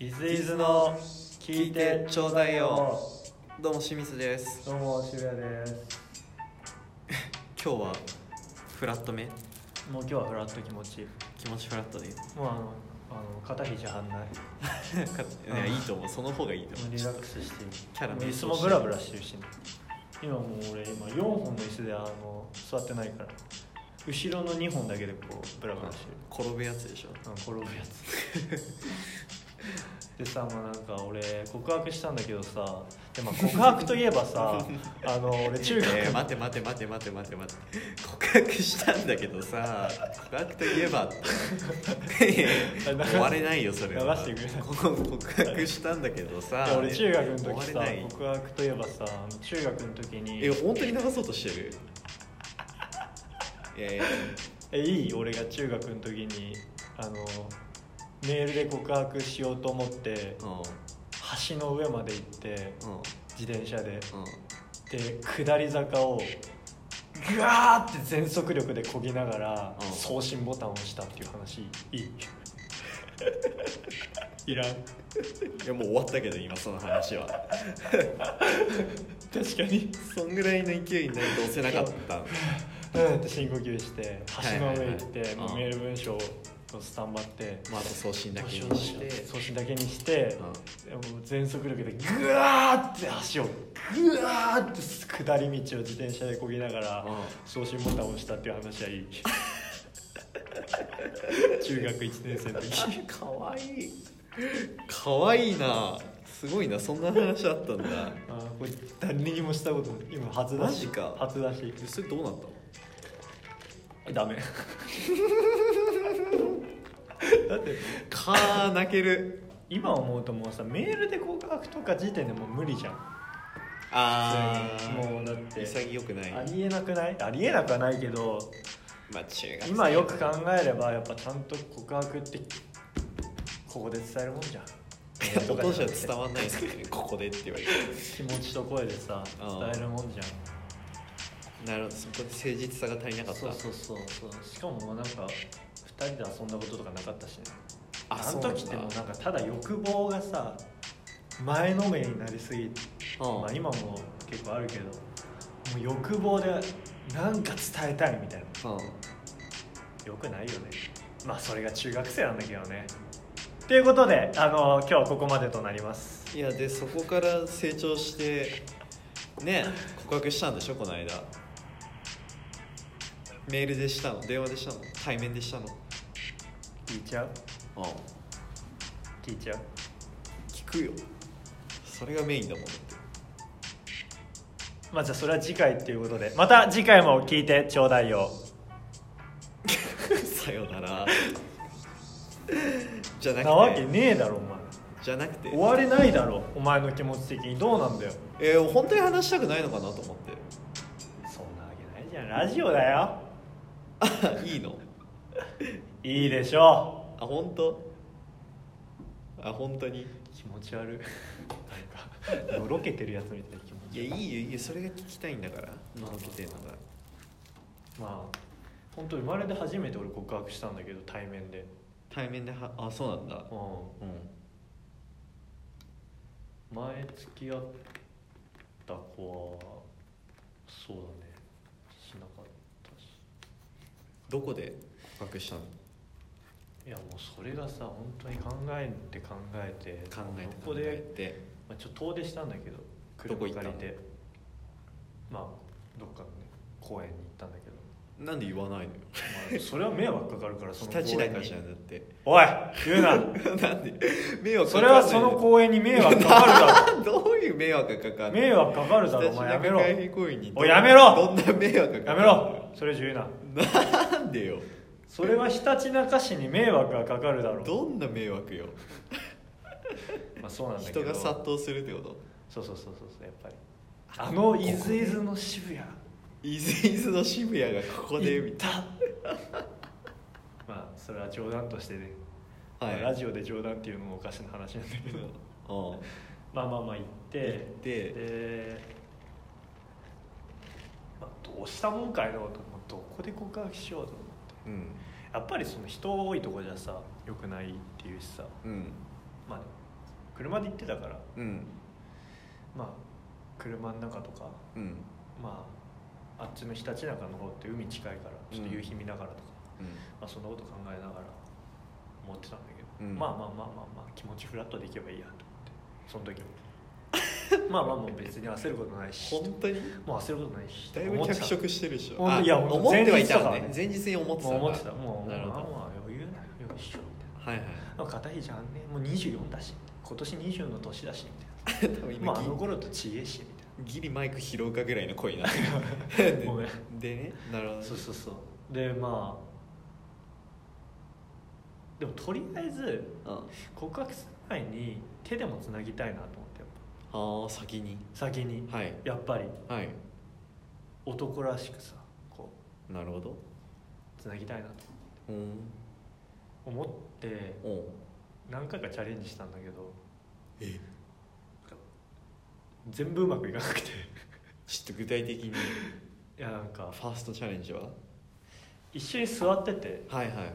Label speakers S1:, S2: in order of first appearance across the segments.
S1: いずいずの
S2: 聞いてちょうだいよどうも清水です
S1: どうも渋谷です
S2: 今日はフラット目
S1: もう今日はフラット気持ちいい
S2: 気持ちフラットでい
S1: もうあのあの肩肘張んない
S2: やいいと思うその方がいいと思
S1: も
S2: う
S1: うリラックスしていい
S2: キャラ
S1: も
S2: も
S1: う椅子もブラブラしてるし、ね、今もう俺今4本の椅子であの座ってないから後ろの2本だけでこうブラブラしてる、
S2: 転ぶやつでしょ
S1: うん、転ぶやつ でさもうなんか俺告白したんだけどさで、まあ、告白といえばさあの俺中学
S2: えー、待て待て待て待て待て待て告白したんだけどさ告白といえばっ ていやいや終われないよそれは
S1: 流してくれない
S2: ここ告白したんだけどさ
S1: いや俺中学の時
S2: 終
S1: さ
S2: われない
S1: 告白といえばさあの中学の時に
S2: え本当に流そうとして るいやいや
S1: えいい俺が中学の時にあのメールで告白しようと思って
S2: うん
S1: 橋の上まで行って
S2: うん
S1: 自転車で
S2: うん
S1: で下り坂をぐわーって全速力でこぎながら
S2: うん
S1: 送信ボタンを押したっていう話いい いらん
S2: いやもう終わったけど今その話は
S1: 確かに
S2: そんぐらいの勢いになりと押せなかったの
S1: うんって深呼吸して橋の上行って、
S2: はいはいはい
S1: もううんメール文章をスタンバって
S2: まああと送信だけに
S1: 送
S2: し
S1: 信
S2: て
S1: 送信だけにして
S2: う、ん
S1: もう全速力でぐわーって足をぐわーって下り道を自転車でこぎながら
S2: うん
S1: 送信ボタンを押したっていう話 はいい中学1年生の時
S2: かわいいかわいいなすごいなそんな話あったんだ
S1: あーこれ誰にもしたことない今初だ
S2: マ
S1: し
S2: ジか
S1: 初だし
S2: えそれどうなったの
S1: ダメ だって
S2: かー泣ける
S1: 今思うともうさメールで告白とか時点でもう無理じゃん
S2: あー
S1: もうだって
S2: 潔くない
S1: ありえなくないありえなくはないけど
S2: まあ中学生
S1: 今よく考えればやっぱちゃんと告白ってここで伝えるもんじゃん
S2: いやお父さん伝わんないですけどねここでって言われて
S1: 気持ちと声でさ
S2: うん
S1: 伝えるもんじゃん
S2: なるほどそこで誠実さが足りなかった
S1: そうそうそうそうしかももうなんか2人で遊んだこととかなかったしね
S2: あ
S1: あ
S2: そ
S1: の
S2: うなんだ
S1: 時ってもうなんかただ欲望がさ前のめりになりすぎて、
S2: うん
S1: まあ、今も結構あるけどもう欲望でなんか伝えたいみたいな
S2: う
S1: よくないよねまあそれが中学生なんだけどねということであの今日はここまでとなります
S2: んいやでそこから成長してね告白したんでしょこの間メールでしたの電話でしたの対面でしたの
S1: 聞いちゃう
S2: うん
S1: 聞いちゃう
S2: 聞くよそれがメイ ンだもんだって
S1: まあじゃあそれは次回ということでまた次回も聞いてちょうだいよ
S2: さよならじゃなくて
S1: なわけねえだろお前
S2: じゃなくて
S1: 終われないだろお前の気持ち的にどうなんだよ
S2: えー、本当に話したくないのかなと思っ
S1: そんなわけないじゃんラジオだよ
S2: て いいの
S1: いいでしょ
S2: あ本当あ本当に
S1: う気持ち悪いなんかのろけてるやつみたいな気持
S2: い
S1: ち
S2: やいいよいいよそれが聞きたいんだからのろけてんのが
S1: まあ本当生まれて初めて俺告白したんだけど対面で
S2: 対面ではあそうなんだ
S1: うん
S2: うん
S1: 前付き合った子はそうだねしなかったし
S2: どこで告白したの
S1: いやもうそれがさ本当に考えて考えて
S2: 考えて
S1: ここ
S2: 考
S1: で、
S2: えて
S1: まあ、ちょっと遠出したんだけど
S2: どこ行った
S1: 借
S2: の
S1: りてまあどっかのね公園に行ったんだけど、
S2: なんで言わないのよ
S1: まあ、それは迷惑かかるからそ
S2: 日
S1: の公園に
S2: 立だからじゃんだって
S1: おい言うな
S2: なんで迷惑
S1: そ
S2: か
S1: れ
S2: かんない
S1: はその公園に迷惑かかるだ
S2: どういう迷惑がかか
S1: ろ
S2: んの
S1: 迷惑かかるだろお前やめろ
S2: 親父仲介行為に
S1: おいやめろ
S2: どんな迷惑がか
S1: や
S2: か
S1: め
S2: る
S1: ろそれ以上言うな
S2: なんでよ
S1: それはひたちなか市に迷惑がかかるだろう
S2: どんな迷惑よ
S1: まあそうなんだけど
S2: 人が殺到するってこと
S1: そうそうそうそうそうやっぱりあのイズイズの渋谷
S2: 伊豆伊豆の渋谷がここでみ
S1: 行ったまあそれは冗談としてね、
S2: たいな
S1: まあラ
S2: ジ
S1: ジオで冗談っていうのもおかしな話なんだけど
S2: オ
S1: まあまあまあ行って
S2: 行って
S1: で、まあ、どうしたもんかいなと思ってどこで告白しようと思って
S2: うん
S1: やっぱりその人多いとこじゃさよくないっていうしさ
S2: うん
S1: まあ車で行ってたから
S2: うん
S1: まあ車の中とか
S2: うん
S1: まああっちのひたちなかの方って海近いからちょっと夕日見ながらとか、まあ、そんなこと考えながら思ってたんだけど、
S2: うん
S1: まあまあまあまあまあ気持ちフラットでいけばいいやと思ってその 時にまあまあもう別に焦ることないし
S2: 本当に
S1: もう焦ることないし
S2: だいぶ
S1: 思っ
S2: 脚
S1: てた
S2: 色してるでしょ
S1: ほんと
S2: あ
S1: いやほんと
S2: 思ってはいたのね
S1: 前
S2: 前日に思ってた
S1: もう思ってたもう
S2: なるほ
S1: まあ
S2: ど
S1: まあ余裕ないよいしょみたいな
S2: はいはい
S1: まあ硬いじゃんねもう24だし今年20の年だしみ
S2: 多
S1: た
S2: 分
S1: いなま
S2: 今
S1: ああ
S2: ギ
S1: の頃と違えしみたい
S2: ギリマイク拾うかぐらいの声になってる で
S1: ごめん
S2: でねなるほど
S1: なそうそうそうでまあでもとりあえず
S2: うん
S1: 告白する前に手でもつなぎたいなと思ってやっ
S2: ああ先に
S1: ぱ先に
S2: はい
S1: やっぱり
S2: はい
S1: 男らしくさこ
S2: なるほど
S1: うつなぎたいなと
S2: うん
S1: 思って
S2: おう
S1: 何回かチャレンジしたんだけど
S2: え
S1: 全部うまくいかなくて
S2: ちょっと具体的に
S1: いやなんか
S2: ファーストチャレンジは
S1: 一緒に座ってて
S2: はいはいはい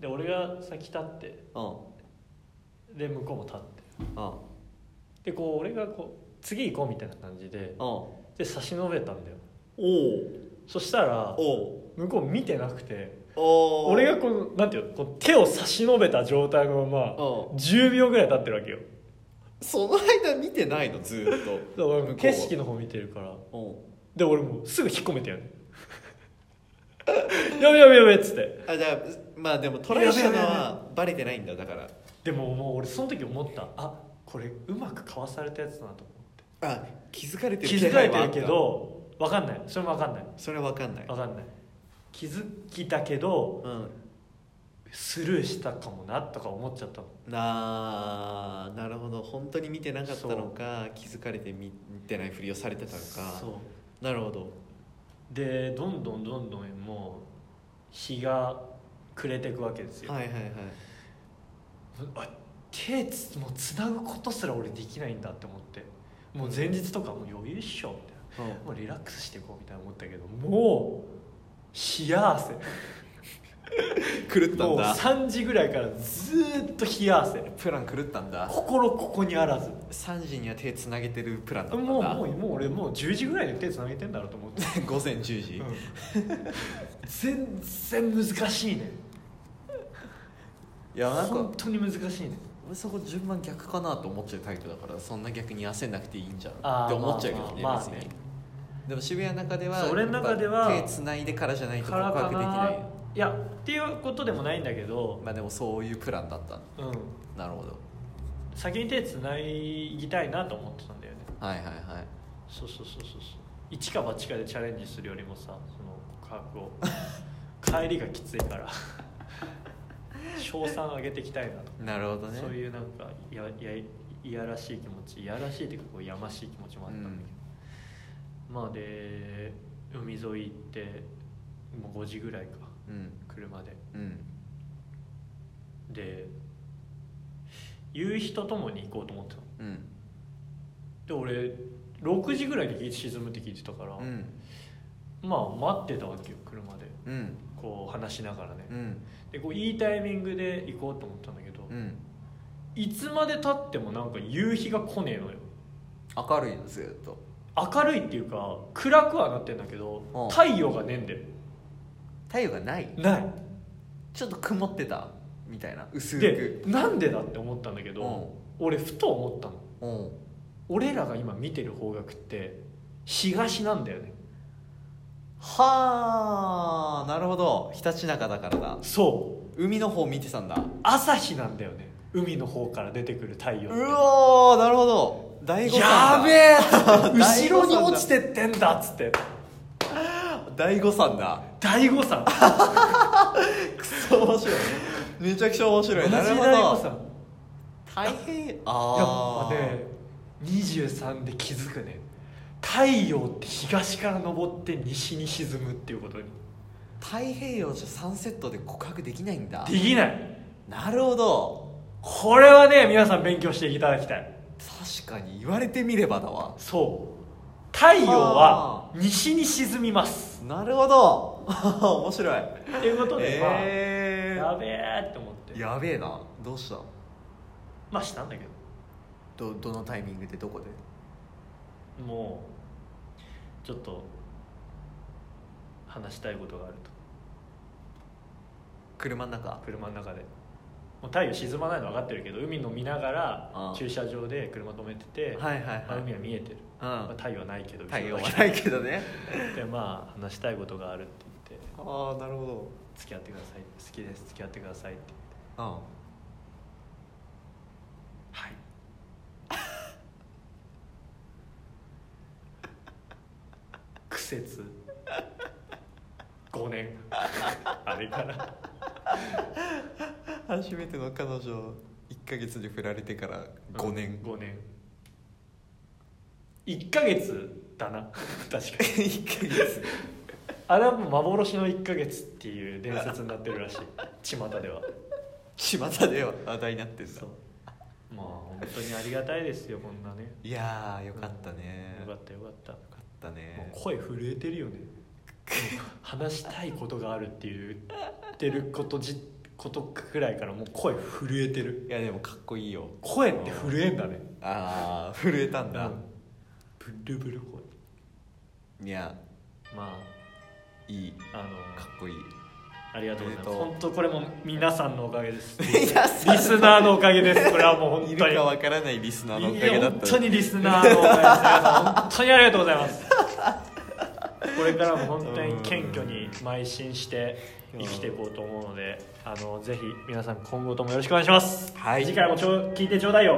S1: で俺が先立って
S2: うん
S1: で向こうも立って
S2: うん
S1: でこう俺がこう次行こうみたいな感じで
S2: うんお
S1: で差し伸べたんだよ
S2: う
S1: そしたら
S2: おう
S1: 向こう見てなくて
S2: おう
S1: 俺がこのなんていうのこう手を差し伸べた状態のまま
S2: おう
S1: 10秒ぐらい経ってるわけよ
S2: その間見てないのずーっと
S1: だから俺も
S2: 向こうは
S1: 景色の方見てるから
S2: おう
S1: で俺もうすぐ引っ込めてやる やべやべやべっつって
S2: あじゃあまあでもトライしたのはバレてないんだだから
S1: でももう俺その時思ったあこれうまくかわされたやつだなと思って
S2: あ気づかれてる
S1: 気づかれてるけ
S2: 気配はあっ
S1: ど分かんないそれも分かんない
S2: たそれは分かんない
S1: 分かんない気づきだけど
S2: う
S1: スルーしたかもなとか思っちゃったの
S2: んなあなるほど本当に見てなかったのか気づかれて見てないふりをされてたのか
S1: そ
S2: なるほど
S1: うでどんどんどんどんもう日が暮れていくわけですよ、
S2: はいはいはい
S1: あ手つもうつなぐことすら俺できないんだって思ってもう前日とかもう余裕っしょみたいなもうリラックスしていこうみたいな思ったけどもう冷や汗
S2: 狂った
S1: も
S2: ん
S1: う
S2: だ
S1: 3時ぐらいからずーっと冷や汗
S2: プラン狂ったんだ
S1: 心ここにあらず
S2: 3時には手つなげてるプランだったんだ
S1: もうもうもう俺もう10時ぐらいで手つなげてんだろうと思って
S2: 午前10時、
S1: 全然難しいね
S2: いやなんか
S1: 本当に難しいね
S2: 俺そこ順番逆かなと思っちゃうタイプだからそんな逆に焦んなくていいんじゃん
S1: あー
S2: って思っちゃうけどね,、
S1: まあまあまあ
S2: 別
S1: ね
S2: にでも渋谷の中では
S1: そう俺の中では
S2: やっぱ手つないでからじゃない
S1: か
S2: と告
S1: ら
S2: 白
S1: か
S2: でき
S1: な
S2: ない
S1: いやっていうことでもないんだけど
S2: まあでもそういうプランだった
S1: うん
S2: なるほど
S1: 先に手つないぎたいなと思ってたんだよね
S2: はいはいはい
S1: そうそうそうそうそう一か八かでチャレンジするよりもさその告白を 帰りがきつい から賞賛上げていきたいなとか、
S2: なるほどね
S1: そういうなんかいやいやいやらしい気持ちいやらしいというかこうやましい気持ちもあったんだけど、まあで海沿い行ってもう5時ぐらいか
S2: うん
S1: 車で
S2: うん
S1: で夕日とともに行こうと思ってたの
S2: うん
S1: で俺6時ぐらいに日沈むって聞いてたから、
S2: うん
S1: まあ待ってたわけよ車で
S2: うん
S1: こう話しながらね
S2: うん
S1: でこういいタイミングで行こうと思ったんだけど、
S2: うん
S1: いつまでたってもなんか夕日が来ねえのよ
S2: 明るいのずっと
S1: 明るいっていうか暗くはなってんだけど
S2: うん
S1: 太陽がねえんだよ
S2: 太陽がない
S1: ない
S2: ちょっと曇ってたみたいな薄
S1: で
S2: く
S1: なんでだって思ったんだけど俺ふと思ったの
S2: うんうん
S1: 俺らが今見てる方角って東なんだよね
S2: はあなるほどひたちなかだからだ
S1: そう
S2: 海の方見てたんだ
S1: 朝日なんだよね海の方から出てくる太陽
S2: う
S1: って
S2: おーなるほど大誤
S1: や
S2: 算だ
S1: べえ
S2: 大
S1: 後
S2: 誤
S1: ろに
S2: 算だ
S1: 落ちてってんだっつって
S2: 大誤算だ
S1: 大誤算
S2: くそ面白いめちゃくちゃ面白いなるほ
S1: 大誤
S2: ど
S1: 算
S2: 大変
S1: やっ
S2: あ
S1: ぱ
S2: あ
S1: ね23で気づくね太陽って東から昇って西に沈むっていうことに
S2: 太平洋じゃサンセットで告白できないんだ
S1: できない
S2: なるほど
S1: これはね皆さん勉強していただきたい
S2: 確かに言われてみればだわ
S1: そう太陽は西に沈みます
S2: なるほど 面白い
S1: っていうことで、
S2: え
S1: まあやべえって思って
S2: ー、やべえなどうした
S1: まあしたんだけど
S2: どどのタイミングでどこで
S1: もうちょっと話したいことがある
S2: 車の
S1: と
S2: 中
S1: 車の中でもう太陽沈まないの分かってるけど海の見なが
S2: あ
S1: ら
S2: あ
S1: 駐車場で車止めてて、
S2: はいはい
S1: まあ、海は
S2: は
S1: 見えてる、まあ、
S2: い
S1: 太陽はないけど
S2: うん太陽は
S1: 後ろだ
S2: ないけど ね
S1: けでまあ話したいことがあるって言って
S2: ああなるほ
S1: 「付き合ってください好きです付き合ってください」って言って「
S2: ど
S1: はい」苦節5年あれから
S2: うん初めての彼女1か月で振られてから5年、
S1: 5年1ヶ月だな 確かに
S2: 1ヶ月
S1: あれはもう幻の1ヶ月っていう伝説になってるらしい巷では
S2: 巷では話題になってんだ
S1: そうまあ本当にありがたいですよこんなね
S2: いやーよかったね、
S1: よか
S2: よ
S1: ったよかったも
S2: かったね
S1: う声震えてるよね話したいことがあるっていう言ってることじことくらいからもう声震えてる
S2: いやでもかっこいいよ
S1: 声って震えんだね
S2: ああ震えたんだ、
S1: うんブルブル声
S2: いや
S1: ま
S2: いい
S1: ああ
S2: か
S1: の
S2: っこいい
S1: ありがとうございます
S2: おめでとう
S1: 本当これも皆さんのおかげですリ
S2: 皆さん
S1: スナーのおかげですこれはもう本当に
S2: いるかわからないリスナーのおか
S1: い
S2: げ
S1: や
S2: だ
S1: 本
S2: った
S1: 当にリスナーのおかげです皆さん本当にありがとうございますこれからも本当に謙虚に邁進して生きていこうと思うのであのぜひ皆さん今後ともよろしくお願いします、
S2: はい
S1: 次回もちょ聞いてちょうだいよ